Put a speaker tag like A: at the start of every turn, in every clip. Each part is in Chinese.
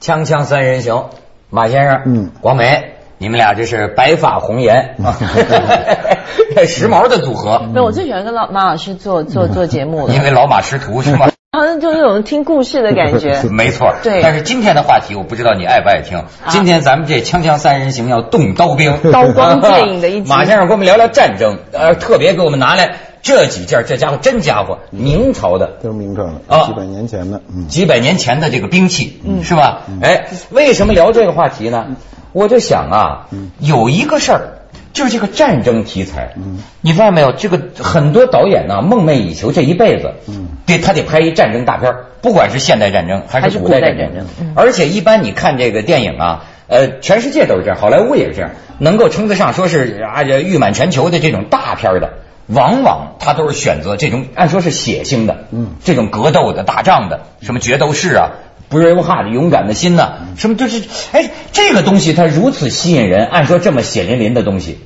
A: 锵锵三人行，马先生，
B: 嗯。
A: 广美，你们俩这是白发红颜，时髦的组合，
C: 对，我最喜欢跟老马老师做做做节目了
A: 因，为老马识途是吗？
C: 好像就有种听故事的感觉
A: 没错，
C: 对
A: 但是今天的话题，我不知道你爱不爱听。今天咱们这《锵锵三人行》要动刀兵，
C: 刀光剑影的一 集
A: 马先生给我们聊聊战争，呃，特别给我们拿来这几件，这家伙真家伙，明朝的。
B: 都是明朝的，
A: 啊
B: 几百年前的，嗯，
A: 几百年前的这个兵器，是吧？哎，为什么聊这个话题呢？我就想啊，有一个事儿，就是这个战争题材，
B: 嗯
A: 你发现没有？这个很多导演呢、梦寐以求这一辈子，
B: 嗯
A: 对他得拍一战争大片儿，不管是现代战争还
C: 还
A: 是
C: 是
A: 古
C: 古
A: 代
C: 代
A: 战争
C: 战争，嗯
A: 而且一般你看这个电影啊。呃，全世界都是这样，好莱坞也是这样，能够称得上说是啊这誉满全球的这种大片儿的，往往他都是选择这种按说是血腥的，
B: 嗯
A: 这种格斗的、打仗的，什么决斗士啊、Brave Heart 勇敢的心呐、什么就是，哎，这个东西它如此吸引人，按说这么血淋淋的东西，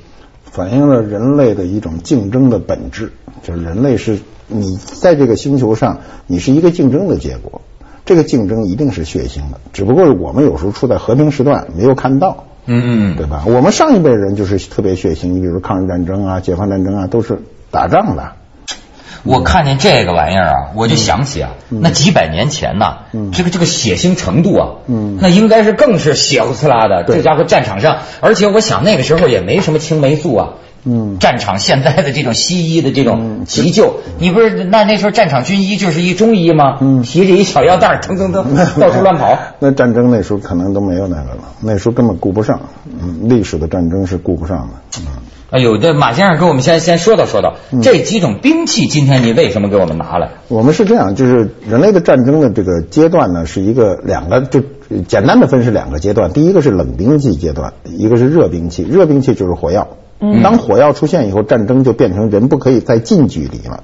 B: 反映了人类的一种竞争的本质，就是人类是你在这个星球上，你是一个竞争的结果，这个竞争一定是血腥的，只不过我们有时候处在和平时段没有看到，
A: 嗯
B: 对吧？我们上一辈人就是特别血腥，你比如抗日战争啊、解放战争啊，都是打仗的，
A: 我看见这个玩意儿啊，我就想起啊，那几百年前呐、
B: 嗯
A: 这个这个血腥程度啊，
B: 嗯
A: 那应该是更是血呼呲啦的。
B: 对
A: 这家伙战场上，而且我想那个时候也没什么青霉素啊。
B: 嗯
A: 战场现在的这种西医的这种
B: 嗯
A: 急救，你不是那那时候战场军医就是一中医吗？
B: 嗯
A: 提着一小药袋儿，腾腾 腾到处乱跑。
B: 那战争那时候可能都没有那个了，那时候根本顾不上，嗯，历史的战争是顾不上的，嗯。
A: 哎呦，这马先生给我们先先说道说道，
B: 嗯
A: 这几种兵器今天你为什么给我们拿来？
B: 我们是这样，就是人类的战争的这个阶段呢，是一个两个，就简单的分是两个阶段。第一个是冷兵器阶段，一个是热兵器。热兵器就是火药。当火药出现以后，战争就变成人不可以再近距离了，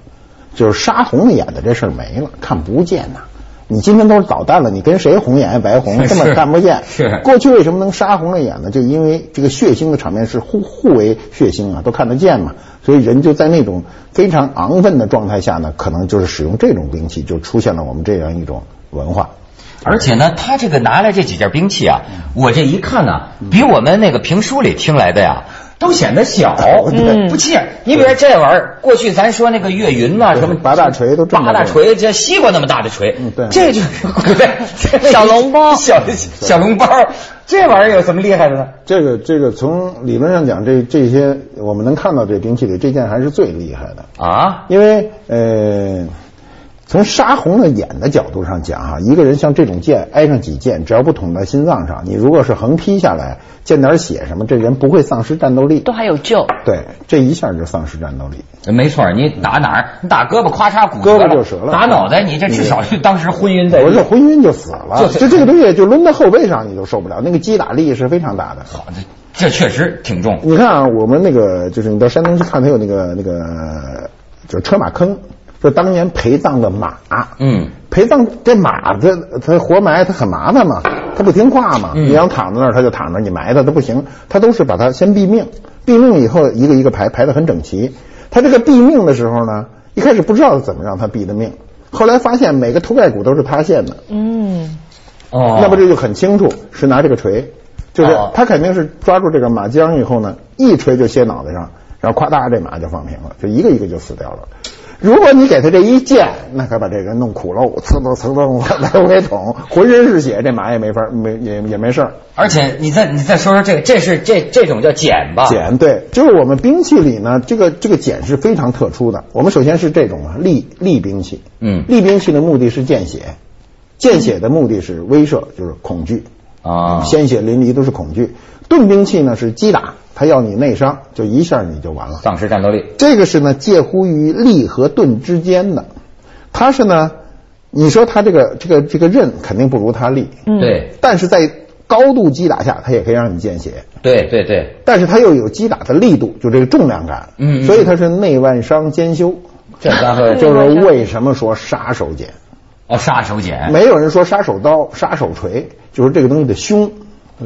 B: 就是杀红了眼的这事儿没了，看不见呐、你今天都是导弹了，你跟谁红眼白红，
A: 是
B: 根本看不见。
A: 是
B: 过去为什么能杀红了眼呢？就因为这个血腥的场面是互互为血腥啊，都看得见嘛，所以人就在那种非常昂奋的状态下呢，可能就是使用这种兵器，就出现了我们这样一种文化。
A: 而且呢，他这个拿来这几件兵器啊，我这一看呢、啊
B: 嗯
A: 比我们那个评书里听来的呀，都显得小，
B: 嗯
A: 不气。你比如说这玩意儿，过去咱说那个岳云呐、
B: 对
A: 什么
B: 八大锤都这么
A: 八大
B: 大
A: 锤，这西瓜那么大的锤，
B: 嗯对
A: 这就是古代
C: 小笼 包
A: 小小笼包，这玩意儿有什么厉害的呢？
B: 这个这个从理论上讲，这这些我们能看到这兵器里，这件还是最厉害的。
A: 啊，
B: 因为呃，从杀红了眼的角度上讲哈、一个人像这种箭挨上几箭，只要不捅在心脏上，你如果是横劈下来，溅点血什么，这人不会丧失战斗力
C: 都。还有救，
B: 对，这一下就丧失战斗力，
A: 没错，你打哪儿？你打胳膊，咔嚓骨折
B: 胳
A: 了
B: 膊就折了。
A: 打脑袋，你这至少是当时昏晕在地
B: 不是昏晕就死了，
A: 就
B: 就是这个东西就抡到后背上你都受不了，那个击打力是非常大的。
A: 好，这这确实挺重。
B: 你看啊，我们那个就是你到山东去看，它有那个那个就是车马坑，就当年陪葬的马。
A: 嗯，
B: 陪葬这马它它活埋它很麻烦嘛，它不听话嘛，
A: 嗯
B: 你让躺在那儿它就躺着，你埋它它不行，它都是把它先毙命，毙命以后一个一个排排得很整齐。它这个毙命的时候呢，一开始不知道怎么让它毙的命，后来发现每个头盖骨都是塌陷的，
C: 嗯，
A: 哦，
B: 那么这就很清楚是拿这个锤，就是
A: 哦
B: 他肯定是抓住这个马缰以后呢，一锤就歇脑袋上，然后咵嗒这马就放平了，就一个一个就死掉了。如果你给他这一剑，那可把这个弄苦喽，刺刺刺刺，我来 回捅，浑身是血，这马也没法没也也没事儿。
A: 而且你再你再说说这个，这是这这种叫剪吧？
B: 锏对，就是我们兵器里呢，这个这个锏是非常特殊的。我们首先是这种啊，利利兵器，
A: 嗯
B: 利兵器的目的是见血，见血的目的是威慑，就是恐惧。
A: 啊，
B: 鲜血淋漓都是恐惧。盾兵器呢是击打，它要你内伤，就一下你就完了。
A: 丧失战斗力。
B: 这个是呢介乎于利和盾之间的，它是呢，你说它这个这个这个刃肯定不如它利，
C: 嗯
A: 对
B: 但是在高度击打下，它也可以让你见血，
A: 对对对，
B: 但是它又有击打的力度，就这个重量感，
A: 嗯嗯
B: 所以它是内外伤兼修。
A: 这家伙
B: 就是为什么说杀手锏。
A: 哦，杀手锏。
B: 没有人说杀手刀、杀手锤，就是这个东西的凶，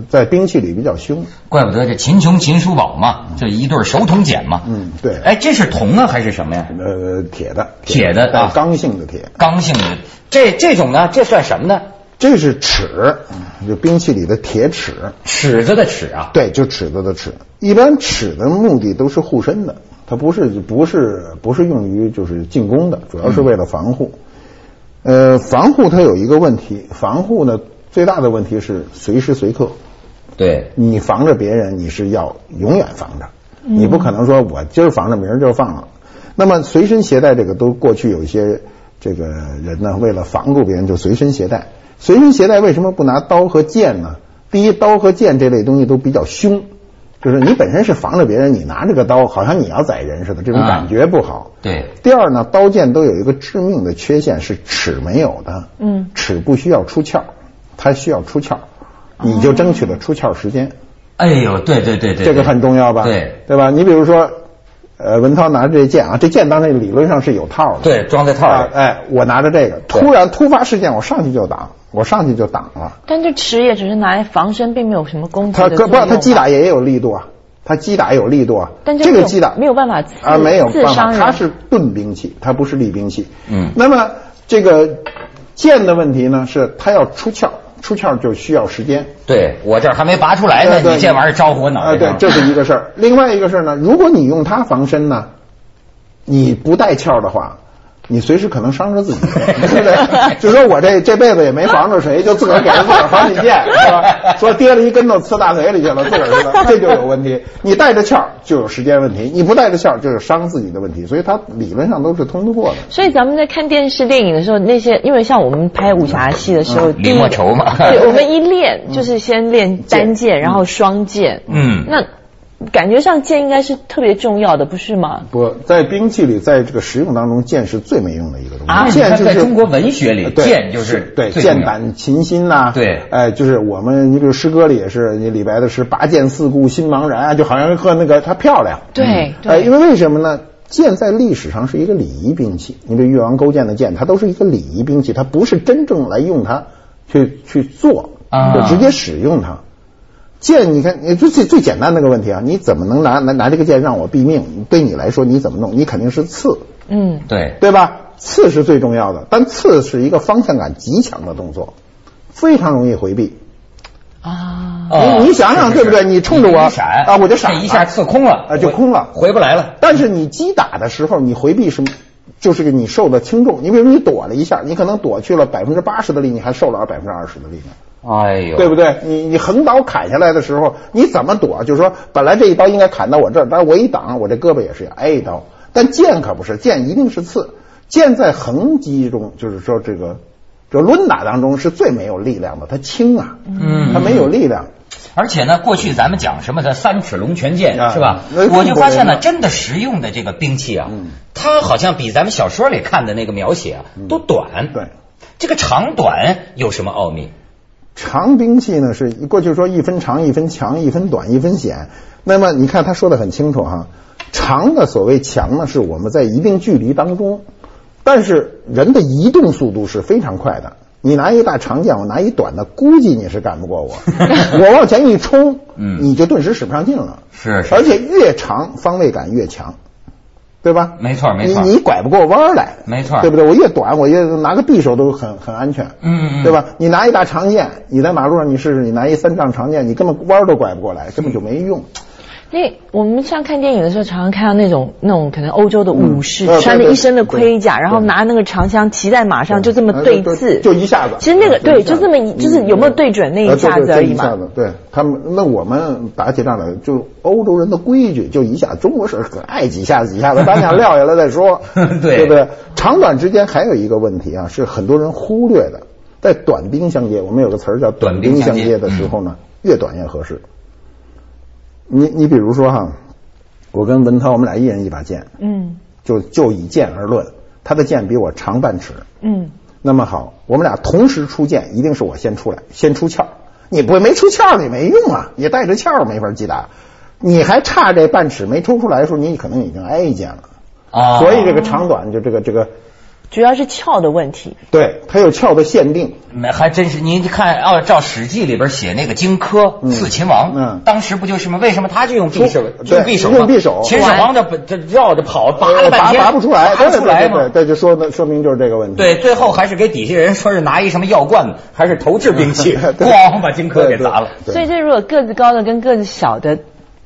B: 在兵器里比较凶。
A: 怪不得这秦琼、秦叔宝嘛，这一对手捅锏嘛。
B: 嗯对
A: 哎，这是铜啊还是什么呀？
B: 呃，铁的，
A: 铁的
B: 带
A: 啊
B: 刚性的铁，
A: 刚性的。这这种呢，这算什么呢？
B: 这是尺，就兵器里的铁尺，
A: 尺子的尺啊，
B: 对，就尺子的尺。一般尺的目的都是护身的，它不是不是不是用于就是进攻的，主要是为了防护。
A: 嗯
B: 呃，防护它有一个问题，防护呢最大的问题是随时随刻，
A: 对，
B: 你防着别人，你是要永远防着，你不可能说我今儿防着，明儿就放了。那么随身携带这个，都过去有一些这个人呢，为了防住别人就随身携带。随身携带为什么不拿刀和剑呢？第一，刀和剑这类东西都比较凶，就是你本身是防着别人，你拿这个刀好像你要宰人似的，这种
A: 啊
B: 感觉不好。
A: 对
B: 第二呢，刀剑都有一个致命的缺陷是齿没有的，
C: 嗯，
B: 齿不需要出鞘，它需要出鞘，你就争取了出鞘时间。
A: 哎呦，对对对对，
B: 这个很重要吧？
A: 对，
B: 对吧？你比如说，呃，文涛拿着这剑啊，这剑当然理论上是有套的，
A: 对装在套里
B: 啊哎，我拿着这个，
A: 对
B: 突然突发事件，我上去就挡，我上去就挡了。
C: 但这尺也只是拿来防身，并没有什么攻击
B: 他
C: 的作
B: 不，
C: 用吧。
B: 他击打也有力度啊，他击打有力度啊。
C: 但这
B: 这
C: 个
B: 个
C: 没有
B: 击打
C: 没有办法刺
B: 啊，没有
C: 刺
B: 办
C: 伤
B: 法，
C: 人
B: 它是钝兵器，它不是利兵器。
A: 嗯
B: 那么这个剑的问题呢，是它要出鞘，出鞘就需要时间。
A: 对我这儿还没拔出来呢，
B: 对对
A: 哎你这玩意儿招呼我脑
B: 啊
A: 袋
B: 对
A: 上，
B: 这是一个 事儿。另外一个事儿呢，如果你用它防身呢，你不带鞘的话。你随时可能伤着 自己，对不对？就说我这这辈子也没防着谁，就自个儿给人自个儿防起剑，是吧？说跌了一跟头刺大腿里去了，自个儿知道，这就有问题。你带着鞘就有时间问题，你不带着鞘就有伤自己的问题，所以它理论上都是通得过的。
C: 所以咱们在看电视电影的时候，那些因为像我们拍武侠戏的时候，
A: 嗯李莫愁嘛
B: 哎
C: 对，我们一练就是先练单剑，然后双剑，
A: 嗯
C: 那感觉上剑应该是特别重要的，不是吗？
B: 不在兵器里，在这个实用当中，剑是最没用的一个东西。
A: 啊
B: 剑
A: 你看
B: 就是
A: 在中国文学里
B: 对
A: 剑就是
B: 对
A: 最重要
B: 剑胆琴心呐、
A: 对
B: 哎，就是我们，你比如诗歌里也是，你李白的诗“拔剑四顾心茫然”啊，就好像和那个它漂亮。
C: 对
B: 哎，因为为什么呢？剑在历史上是一个礼仪兵器，你比如越王勾践的剑，它都是一个礼仪兵器，它不是真正来用它去去做，
A: 啊
B: 就直接使用它。剑，你看，你最最最简单那个问题啊，你怎么能拿拿拿这个剑让我毙命？对你来说，你怎么弄？你肯定是刺，
C: 嗯，
A: 对
B: 对吧？刺是最重要的，但刺是一个方向感极强的动作，非常容易回避。
C: 啊，
A: 哦
B: 你你想想
A: 是是
B: 对不对
A: 是
B: 你冲着我
A: 一闪
B: 啊我就闪
A: 这一
B: 了
A: 下刺空了
B: 啊就空了
A: 回回不来了。
B: 但是你击打的时候，你回避是，就是个你受的轻重。你比如你躲了一下，你可能躲去了百分之八十的力，你还受了百分之二十的力呢，
A: 哎呦，
B: 对不对？你你横刀砍下来的时候，你怎么躲？就是说，本来这一刀应该砍到我这儿，但是我一挡，我这胳膊也是要挨一刀。但剑可不是，剑一定是刺。剑在横击中，就是说这个这抡打当中是最没有力量的，它轻啊，
A: 嗯
B: 它没有力量。
A: 而且呢，过去咱们讲什么的三尺龙泉剑、
B: 啊
A: 是吧
B: 那？
A: 我就发现
B: 中国人
A: 呢，
B: 呢
A: 真的实用的这个兵器啊，
B: 嗯
A: 它好像比咱们小说里看的那个描写啊都短。
B: 对，
A: 这个长短有什么奥秘？
B: 长兵器呢是过去说一分长一分强一分短一分险，那么你看他说的很清楚哈，长的所谓强呢是我们在一定距离当中，但是人的移动速度是非常快的。你拿一大长剑，我拿一短的，估计你是干不过 我。我往前一冲，
A: 嗯
B: 你就顿时使不上劲了。
A: 是是
B: 而且越长方位感越强，对吧？
A: 没错没错
B: 你你拐不过弯儿来，
A: 没错
B: 对不对？我越短，我越拿个匕首都很很安全，
A: 嗯嗯嗯，
B: 对吧？你拿一大长剑，你在马路上你试试，你拿一三丈长剑，你根本弯儿都拐不过来，根本就没用。
C: 那我们像看电影的时候，常常看到那种那种可能欧洲的武士、
B: 嗯呃
C: 穿着
B: 对对
C: 一身的盔甲，
B: 对
C: 然后拿那个长枪骑在马上，就这么对刺，
B: 呃就就一下子。
C: 其实那个对，就这么一，
B: 嗯
C: 就是有没有对准那一
B: 呃
C: 下子而已
B: 对对就一下
C: 嘛。
B: 子，对他们，那我们打起仗来，就欧洲人的规矩，就一下，中国是可爱几下子几下子，咱俩撂下来再 说对不对？长短之间还有一个问题啊，是很多人忽略的，在短兵相接，我们有个词儿叫
A: 短
B: 短
A: 兵
B: 兵
A: 相
B: 相
A: 接
B: 接的时候
C: 嗯
B: 呢，越短越合适。你你比如说哈，我跟文涛，我们俩一人一把剑，
C: 嗯
B: 就就以剑而论，他的剑比我长半尺，
C: 嗯，
B: 那么好，我们俩同时出剑，一定是我先出来，先出鞘。你不没出鞘你没用啊，你带着鞘没法击打。你还差这半尺没抽出来的时候，你可能已经挨一剑了。
A: 啊
B: 所以这个长短就这个这个
C: 主要是鞘的问题。
B: 对，它有鞘的限定。
A: 没还真是，您看，要照《史记》里边写那个荆轲刺秦王，
B: 嗯
A: 当时不就是吗？为什么他就用匕首
B: 出，
A: 用匕手吗，
B: 对用匕手
A: 秦始皇这这绕着跑，拔了
B: 呃
A: 半
B: 拔
A: 天，
B: 拔不出来，
A: 拔不出来
B: 对对对
A: 嘛。
B: 对，就说的说明就是这个问题。
A: 对，最后还是给底下人说是拿一什么药罐子，还是投掷兵器，
B: 对，
A: 咣把荆轲给砸了。
B: 对。对
C: 所以这如果个子高的跟个子小的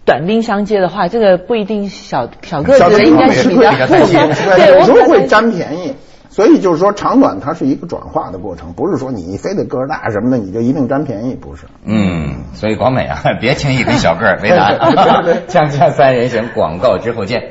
C: 短兵相接的话，这个不一定小小个
B: 小
C: 子的
B: 兵
C: 应该
B: 吃
C: 是比
B: 亏
C: 较
A: 比较
B: 对
A: 担心
C: 对，
B: 有时候
C: 我
B: 会
C: 可能
B: 占便宜。所以就是说，长短它是一个转化的过程，不是说你非得个儿大什么的你就一定占便宜，不是。
A: 嗯，所以广美啊， 别轻易跟小个儿为难。 锵锵三人行，广告之后见。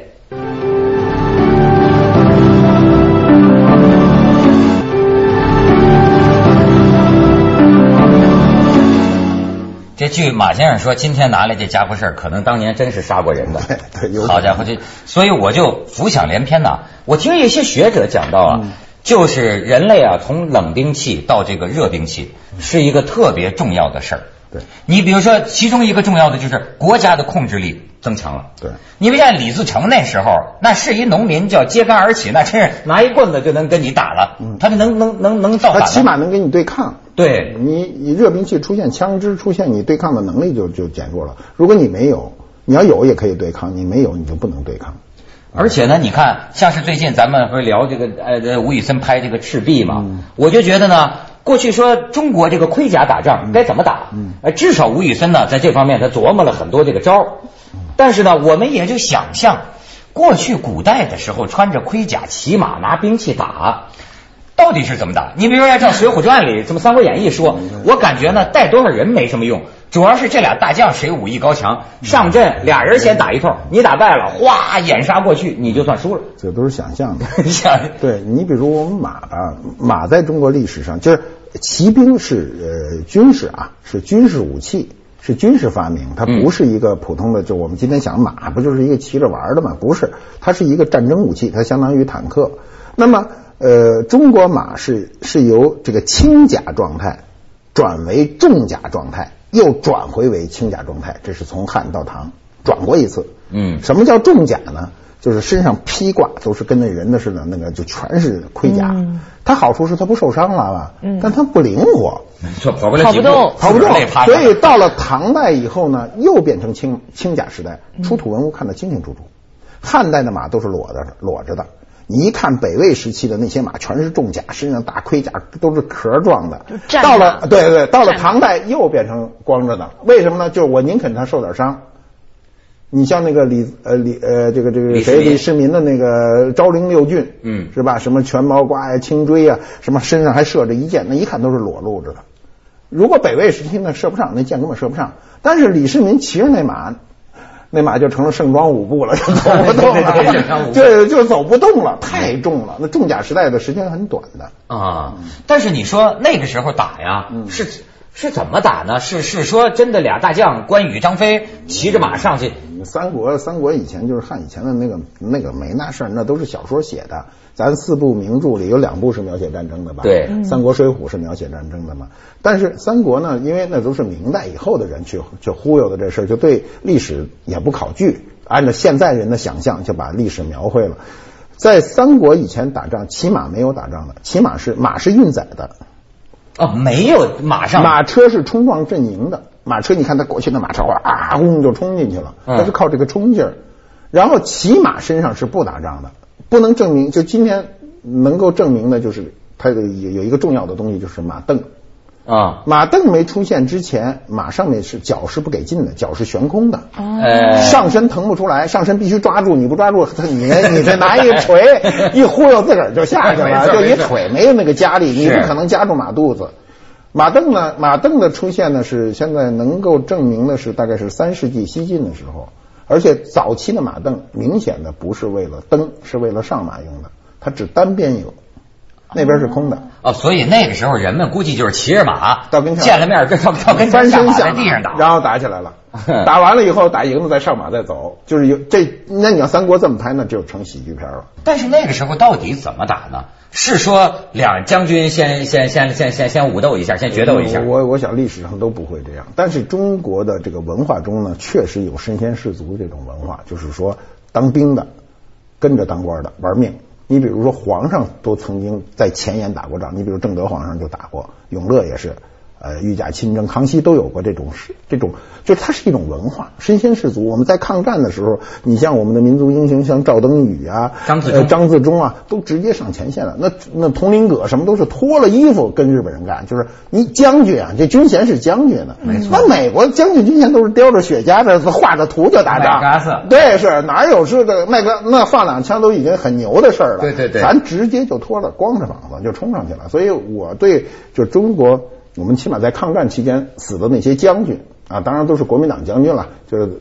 A: 这据马先生说，今天拿来这家伙事儿，可能当年真是杀过人的。
B: 对对有可能
A: 好家伙，这所以我就浮想联翩呐、我听一些学者讲到啊，
B: 嗯
A: 就是人类啊，从冷兵器到这个热兵器，是一个特别重要的事儿。
B: 对
A: 你比如说，其中一个重要的就是国家的控制力增强了。
B: 对
A: 你别像李自成那时候，那是一农民叫揭竿而起，那真是拿一棍子就能跟你打了，他就能能能能造反
B: 它
A: 了。
B: 嗯起码嗯能跟你对抗。
A: 对
B: 你你热兵器出现枪支出现，你对抗的能力就就减弱了。如果你没有，你要有也可以对抗，你没有你就不能对抗。
A: 而且呢，你看，像是最近咱们不是聊这个呃呃吴宇森拍这个《赤壁》嘛，
B: 嗯
A: 我就觉得呢，过去说中国这个盔甲打
B: 嗯
A: 仗该怎么打，呃，至少吴宇森呢在这方面他琢磨了很多这个招儿，
B: 嗯
A: 但是呢，我们也就想象，过去古代的时候穿着盔甲骑马拿兵器打。到底是怎么打？你比如说，照《水浒传》里，什么《三国演义》说，
B: 嗯
A: 我感觉呢，带多少人没什么用，主要是这俩大将谁武艺高强，
B: 嗯
A: 上阵俩人先打一通，你打败了，哗，掩杀过去，你就算输了。
B: 这都是想象的。
A: 你想，
B: 对你，比如我们马吧，马在中国历史上就是骑兵是呃军事啊，是军事武器，是军事发明，它不是一个普通的，就我们今天想马不就是一个骑着玩儿的嘛？不是，它是一个战争武器，它相当于坦克。那么呃，中国马是是由这个轻甲状态转为重甲状态，又转回为轻甲状态，这是从汉到唐转过一次。
A: 嗯
B: 什么叫重甲呢？就是身上披挂都是跟那人的似的，那个就全是盔甲。它好处是它不受伤了吧？但它不灵活，
A: 说跑不了
C: 跑
A: 几
C: 不
A: 步
C: 动，
B: 跑不
A: 自
B: 动
A: 个儿累趴。下
B: 所以到了唐代以后呢，又变成轻轻甲时代，出土文物看得清清楚楚。汉代的马都是裸着裸着的，你一看北魏时期的那些马，全是重甲，身上大盔甲都是壳状的
C: 就。战马
B: 到了对对，到了
C: 战马
B: 唐代又变成光着的，为什么呢？就是我宁肯它受点伤。你像那个李呃李呃这个这个
A: 李世
B: 谁
A: 民
B: 李世民的那个昭陵六骏，
A: 嗯
B: 是吧？什么全毛瓜呀、青锥呀，什么身上还射着一箭，那一看都是裸露着的。如果北魏时期呢，射不上，那箭根本射不上。但是李世民骑着那马，那马就成了盛装舞步了，就走不动
A: 对对对盛装舞
B: 了，
A: 步
B: 对，就走不动了，太重了。那重甲时代的时间很短的，
A: 啊！
B: 嗯
A: 但是你说那个时候打呀，是是怎么打呢？是是说真的俩大将关羽、张飞骑着马上去，
B: 三国三国以前就是汉以前的那个那个没那事儿，那都是小说写的。咱四部名著里有两部是描写战争的吧？
A: 对
B: 三国、水浒是描写战争的嘛。但是三国呢，因为那都是明代以后的人去去忽悠的这事儿，就对历史也不考据，按照现在人的想象就把历史描绘了。在三国以前打仗，骑马没有打仗的，骑马是马是运载的，
A: 哦，没有马上啊
B: 马车是冲撞阵营的，马车你看它过去那马超啊，轰就冲进去了，
A: 嗯
B: 它是靠这个冲劲儿。然后骑马身上是不打仗的，不能证明。就今天能够证明的就是它的有有一个重要的东西就是马镫。
A: 啊，
B: 马镫没出现之前，马上面是脚是不给进的，脚是悬空的。
A: 呃，
B: 上身腾不出来，上身必须抓住，你不抓住，他你你再拿一 锤一忽悠，自个儿就下去
A: 没
B: 了，
A: 错
B: 就你
A: 没错
B: 腿没有那个加力，你
A: 是
B: 不可能夹住马肚子。马镫呢？马镫的出现呢，是现在能够证明的是大概是三世纪西晋的时候，而且早期的马镫明显的不是为了蹬，是为了上马用的，它只单边有，那边是空的。
A: 哦，所以那个时候人们估计就是骑着马
B: 到跟前
A: 见了面跟到到跟前
B: 翻
A: 下
B: 身
A: 马在
B: 下
A: 地上打，
B: 然后打起 来了。打完了以后，打赢了再上马再走，就是有这。那你要三国这么拍，那就成喜剧片了。
A: 但是那个时候到底怎么打呢？是说两将军先先先先先先武斗一下，先决斗一下？
B: 我我想历史上都不会这样，但是中国的这个文化中呢，确实有身先士卒这种文化，就是说当兵的跟着当官的玩命，你比如说皇上都曾经在前沿打过仗，你比如正德皇上就打过，永乐也是，呃，御驾亲征，康熙都有过这种事，这种就是它是一种文化，身先士卒。我们在抗战的时候，你像我们的民族英雄，像赵登禹啊、
A: 张自
B: 呃
A: 忠
B: 张自忠啊，都直接上前线了。那那佟麟葛什么都是脱了衣服跟日本人干，就是你将军啊，这军衔是将军的，没错。那美国将军军衔都是叼着雪茄的，画着图就打
A: 麦嘎瑟
B: 仗，对，是哪有是的那个那放两枪都已经很牛的事儿了，
A: 对对对
B: 咱直接就脱了，光着膀子就冲上去了。所以我对就中国，我们起码在抗战期间死的那些将军啊，当然都是国民党将军了，就是。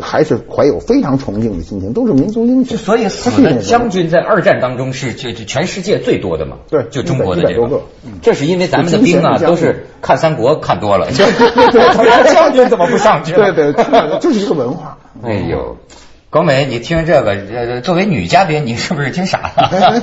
B: 还是怀有非常崇敬的心情，都是民族英雄。
A: 所以
B: 他
A: 死
B: 是一种
A: 的将军在二战当中是这这全世界最多的嘛？
B: 嗯对
A: 就中国的
B: 一百
A: 这
B: 一百多
A: 个
B: 个嗯，
A: 这是因为咱们的兵啊
B: 就精神的将
A: 都
B: 军
A: 是看三国看多了，就
B: 对
A: 突然 将军怎么不上去？
B: 对对，对就是一个 文化。
A: 哎呦，高美，你听这个，呃，作为女嘉宾，你是不是听傻 了？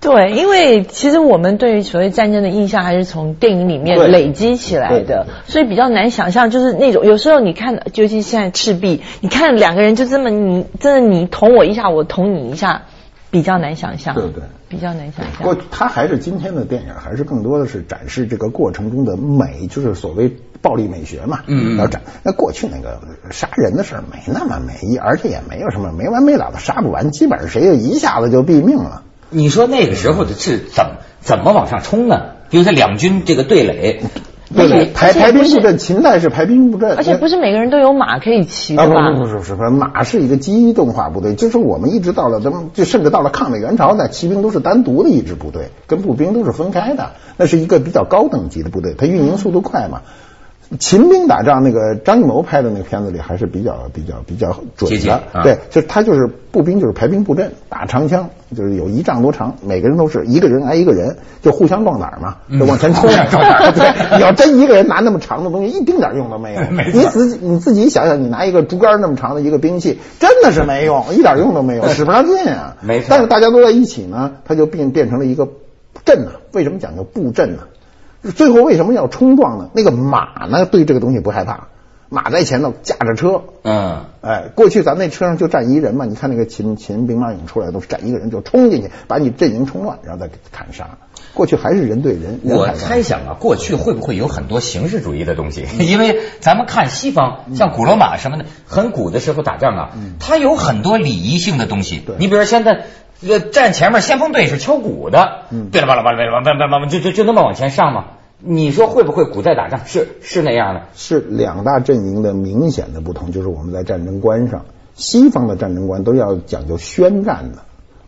C: 对，因为其实我们对于所谓战争的印象还是从电影里
B: 对
C: 面累积起来
B: 对对
C: 的，所以比较难想象，就是那种有时候你看，呃尤其现在赤壁，你看两个人就这么你真的你捅我一下，我捅你一下，比较难想象，
B: 对对
C: 比较难想
B: 不过
C: 象。
B: 它还是今天的电影，还是更多的是展示这个过程中的美，就是所谓暴力美学嘛。
A: 嗯嗯
B: 要展那过去那个杀人的事儿没那么美意，而且也没有什么没完没了的杀不完，基本上谁就一下子就毙命了。
A: 你说那个时候的是怎么怎么往上冲呢？比如说两军这个对垒，
B: 对
C: 而且
B: 了，排
C: 而且
B: 排
C: 不
B: 兵
C: 是
B: 布阵，秦代是排兵布阵，
C: 而且不是每个人都有马可以骑
B: 啊，
C: 的
B: 不
C: 吧？
B: 不不是不是，马是一个机动化部队，就是我们一直到了咱们就甚至到了抗美援朝呢，骑兵都是单独的一支部队，跟步兵都是分开的，那是一个比较高等级的部队，它运营速度快嘛。秦兵打仗，那个张艺谋拍的那个片子里还是比较比较比较准
A: 接近
B: 的，
A: 啊
B: 对，就他就是步兵就是排兵布阵，打长枪，就是有一丈多长，每个人都是一个人挨一个人，就互相撞胆儿嘛，就往前
A: 互
B: 冲。啊
A: 相撞胆儿
B: 对， 你要真一个人拿那么长的东西，一丁点儿用都没有。
A: 没错
B: 你自己你自己想想，你拿一个竹竿那么长的一个兵器，真的是没用，一点用都没 有，使不上劲啊。
A: 没错
B: 但是大家都在一起呢，它就变变成了一个阵呢、为什么讲究布阵呢、最后为什么要冲撞呢？那个马呢，对这个东西不害怕，马在前头驾着车。
A: 嗯，
B: 哎，过去咱那车上就站一人嘛，你看那个秦秦兵马俑出来都是站一个人就冲进去，把你阵营冲乱，然后再砍杀。过去还是人对人，人
A: 我
B: 砍杀
A: 猜想啊，过去会不会有很多形式主义的东西？因为咱们看西方，像古罗马什么的，很古的时候打仗啊，它有很多礼仪性的东西
B: 对。
A: 你比如说现在。呃，站前面先锋队是敲鼓的，对了吧啦吧啦吧啦吧啦吧啦，就就就那么往前上嘛。你说会不会古代打仗是是那样的？
B: 是两大阵营的明显的不同，就是我们在战争观上，西方的战争观都要讲究宣战的。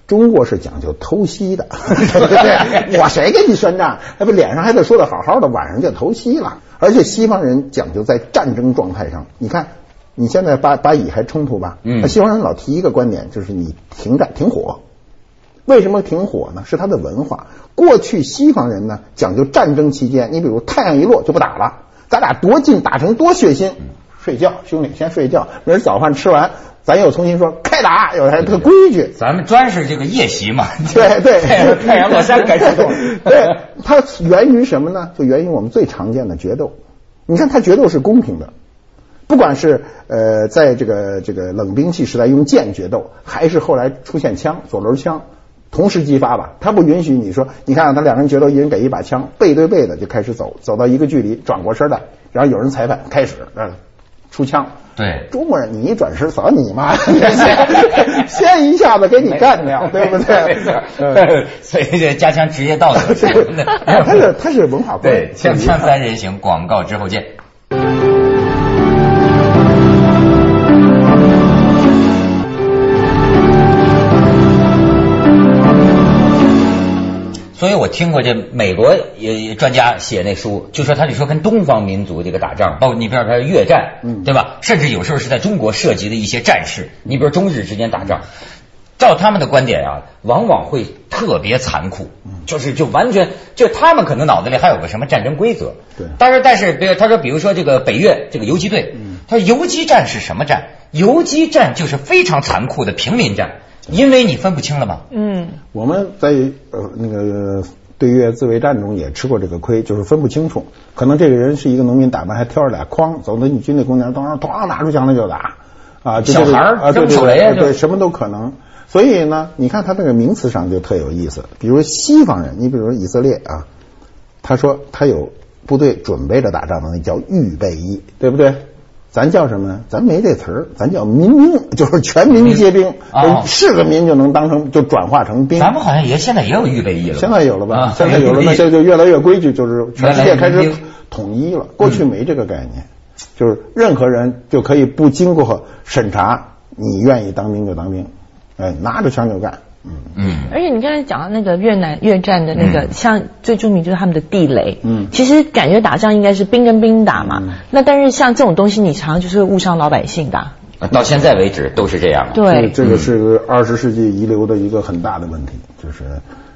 B: 中国是讲究偷袭的， 对不对？我谁跟你宣战？那不脸上还得说的好好的，晚上就偷袭了。而且西方人讲究在战争状态上，你看你现在巴巴以还冲突吧？
A: 嗯
B: 那西方人老提一个观点，就是你停战停火，为什么挺火呢？是它的文化。过去西方人呢讲究战争期间，你比如太阳一落就不打了，咱俩多近打成多血腥，睡觉，兄弟先睡觉，明儿早饭吃完，咱又重新说开打，有还特规矩。
A: 咱们专是这个夜袭嘛，，
B: 对对
A: 太阳落山感受
B: 对，它源于什么呢？就源于我们最常见的决斗。你看，它决斗是公平的，不管是呃，在这个这个冷兵器时代用剑决斗，还是后来出现枪左轮枪。同时激发吧，它不允许你说，你看、啊、他两个人决斗，一人给一把枪，背对背的就开始走，走到一个距离，转过身来，然后有人裁判开始，嗯，出枪。
A: 对
B: 中国人你一转身，扫你 妈，先一下子给你干掉，对不对？
A: 没错
B: 嗯
A: 所以这加强职业道德什么的，
B: 它是它是文化观
A: 对，锵锵三人行，广告之后见。所以我听过这美国也专家写那书，就说他就说跟东方民族这个打仗，包括你比如说越战，
B: 嗯
A: 对吧？甚至有时候是在中国涉及的一些战事，你比如中日之间打仗，照他们的观点啊，往往会特别残酷，
B: 嗯
A: 就是就完全就他们可能脑子里还有个什么战争规则，
B: 对
A: 但是但是，比如他说，比如说这个北越这个游击队，
B: 嗯
A: 他说游击战是什么战？游击战就是非常残酷的平民战，因为你分不清了嘛。
C: 嗯，
B: 我们在呃那个对越自卫战中也吃过这个亏，就是分不清楚，可能这个人是一个农民打扮，还挑着俩筐走到你军队公园，当然咣拿出枪来就打。啊，就这个
A: 小孩儿
B: 啊，对
A: 扔手雷啊
B: 对对
A: 就
B: 对，什么都可能。所以呢，你看他这个名词上就特有意思，比如西方人，你比如以色列啊，他说他有部队准备着打仗的，那叫预备役，对不对？咱叫什么呢？咱没这词儿，咱叫民兵， 就是全民皆兵，
A: 哦
B: 是个民就能当成就转化成兵。
A: 咱们好像也现在也有预备役了吧，
B: 嗯现在有了吧？
A: 啊
B: 现在有了，那现在就越来越规矩，就是全世界开
A: 原来嗯
B: 始
A: 民兵
B: 统一了。过去没这个概念，就是任何人就可以不经过审查，你愿意当兵就当兵，哎，拿着枪就干。嗯，
A: 嗯。
C: 而且你刚才讲到那个越南越战的那个，
A: 嗯
C: 像最著名就是他们的地雷。
B: 嗯
C: 其实感觉打仗应该是兵跟兵打嘛。那但是像这种东西，你常常就是会误伤老百姓的啊。
A: 到现在为止都是这样的。啊
B: 这个
C: 对，
B: 这个是二十世纪遗留的一个很大的问题，就是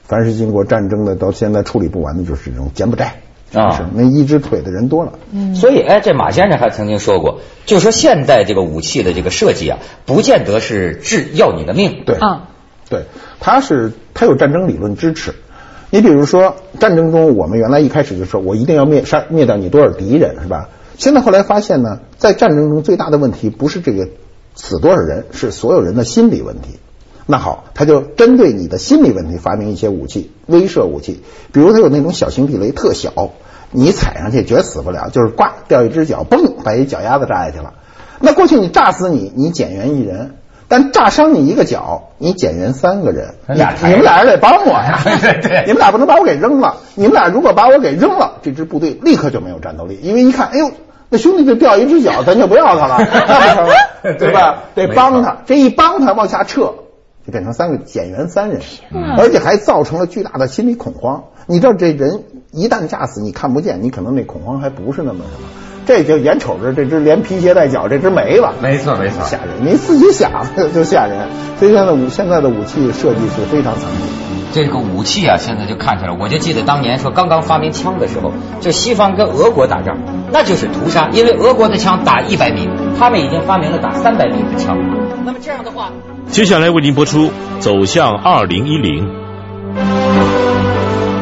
B: 凡是经过战争的，到现在处理不完的就是这种柬埔寨。
A: 啊
B: 就是那一只腿的人多了，
C: 嗯
A: 所以，哎，这马先生还曾经说过，就说现在这个武器的这个设计啊，不见得是治要你的命。
B: 对，
C: 啊，
B: 对，它是它有战争理论支持。你比如说，战争中我们原来一开始就说我一定要灭杀灭掉你多少敌人，是吧？现在后来发现呢，在战争中最大的问题不是这个死多少人，是所有人的心理问题。那好，他就针对你的心理问题发明一些武器，威慑武器，比如他有那种小型地雷，特小，你踩上去绝死不了，就是呱掉一只脚，嘣把一脚丫子炸下去了。那过去你炸死你，你减员一人；但炸伤你一个脚，你减员三个人。
A: 还
B: 你
A: 俩！
B: 你们俩人得帮我呀
A: 哎对对对
B: 你们俩不能把我给扔了。你们俩如果把我给扔了，这支部队立刻就没有战斗力，因为一看，哎呦，那兄弟就掉一只脚，咱就不要他了，那 不成了对吧？
A: 对
B: 得帮他，这一帮他往下撤，就变成三个减员三人，而且还造成了巨大的心理恐慌。你知道这人一旦炸死，你看不见，你可能那恐慌还不是那么什么。这就眼瞅着这只连皮鞋带脚这只没了，
A: 没错没错
B: 吓人！你自己想 就吓人。所以现在武现在的武器设计是非常残酷。
A: 这个武器啊，现在就看出来。我就记得当年说刚刚发明枪的时候，就西方跟俄国打仗，那就是屠杀，因为俄国的枪打一百米，他们已经发明了打三百米的枪。
D: 接下来为您播出《走向二零一零》。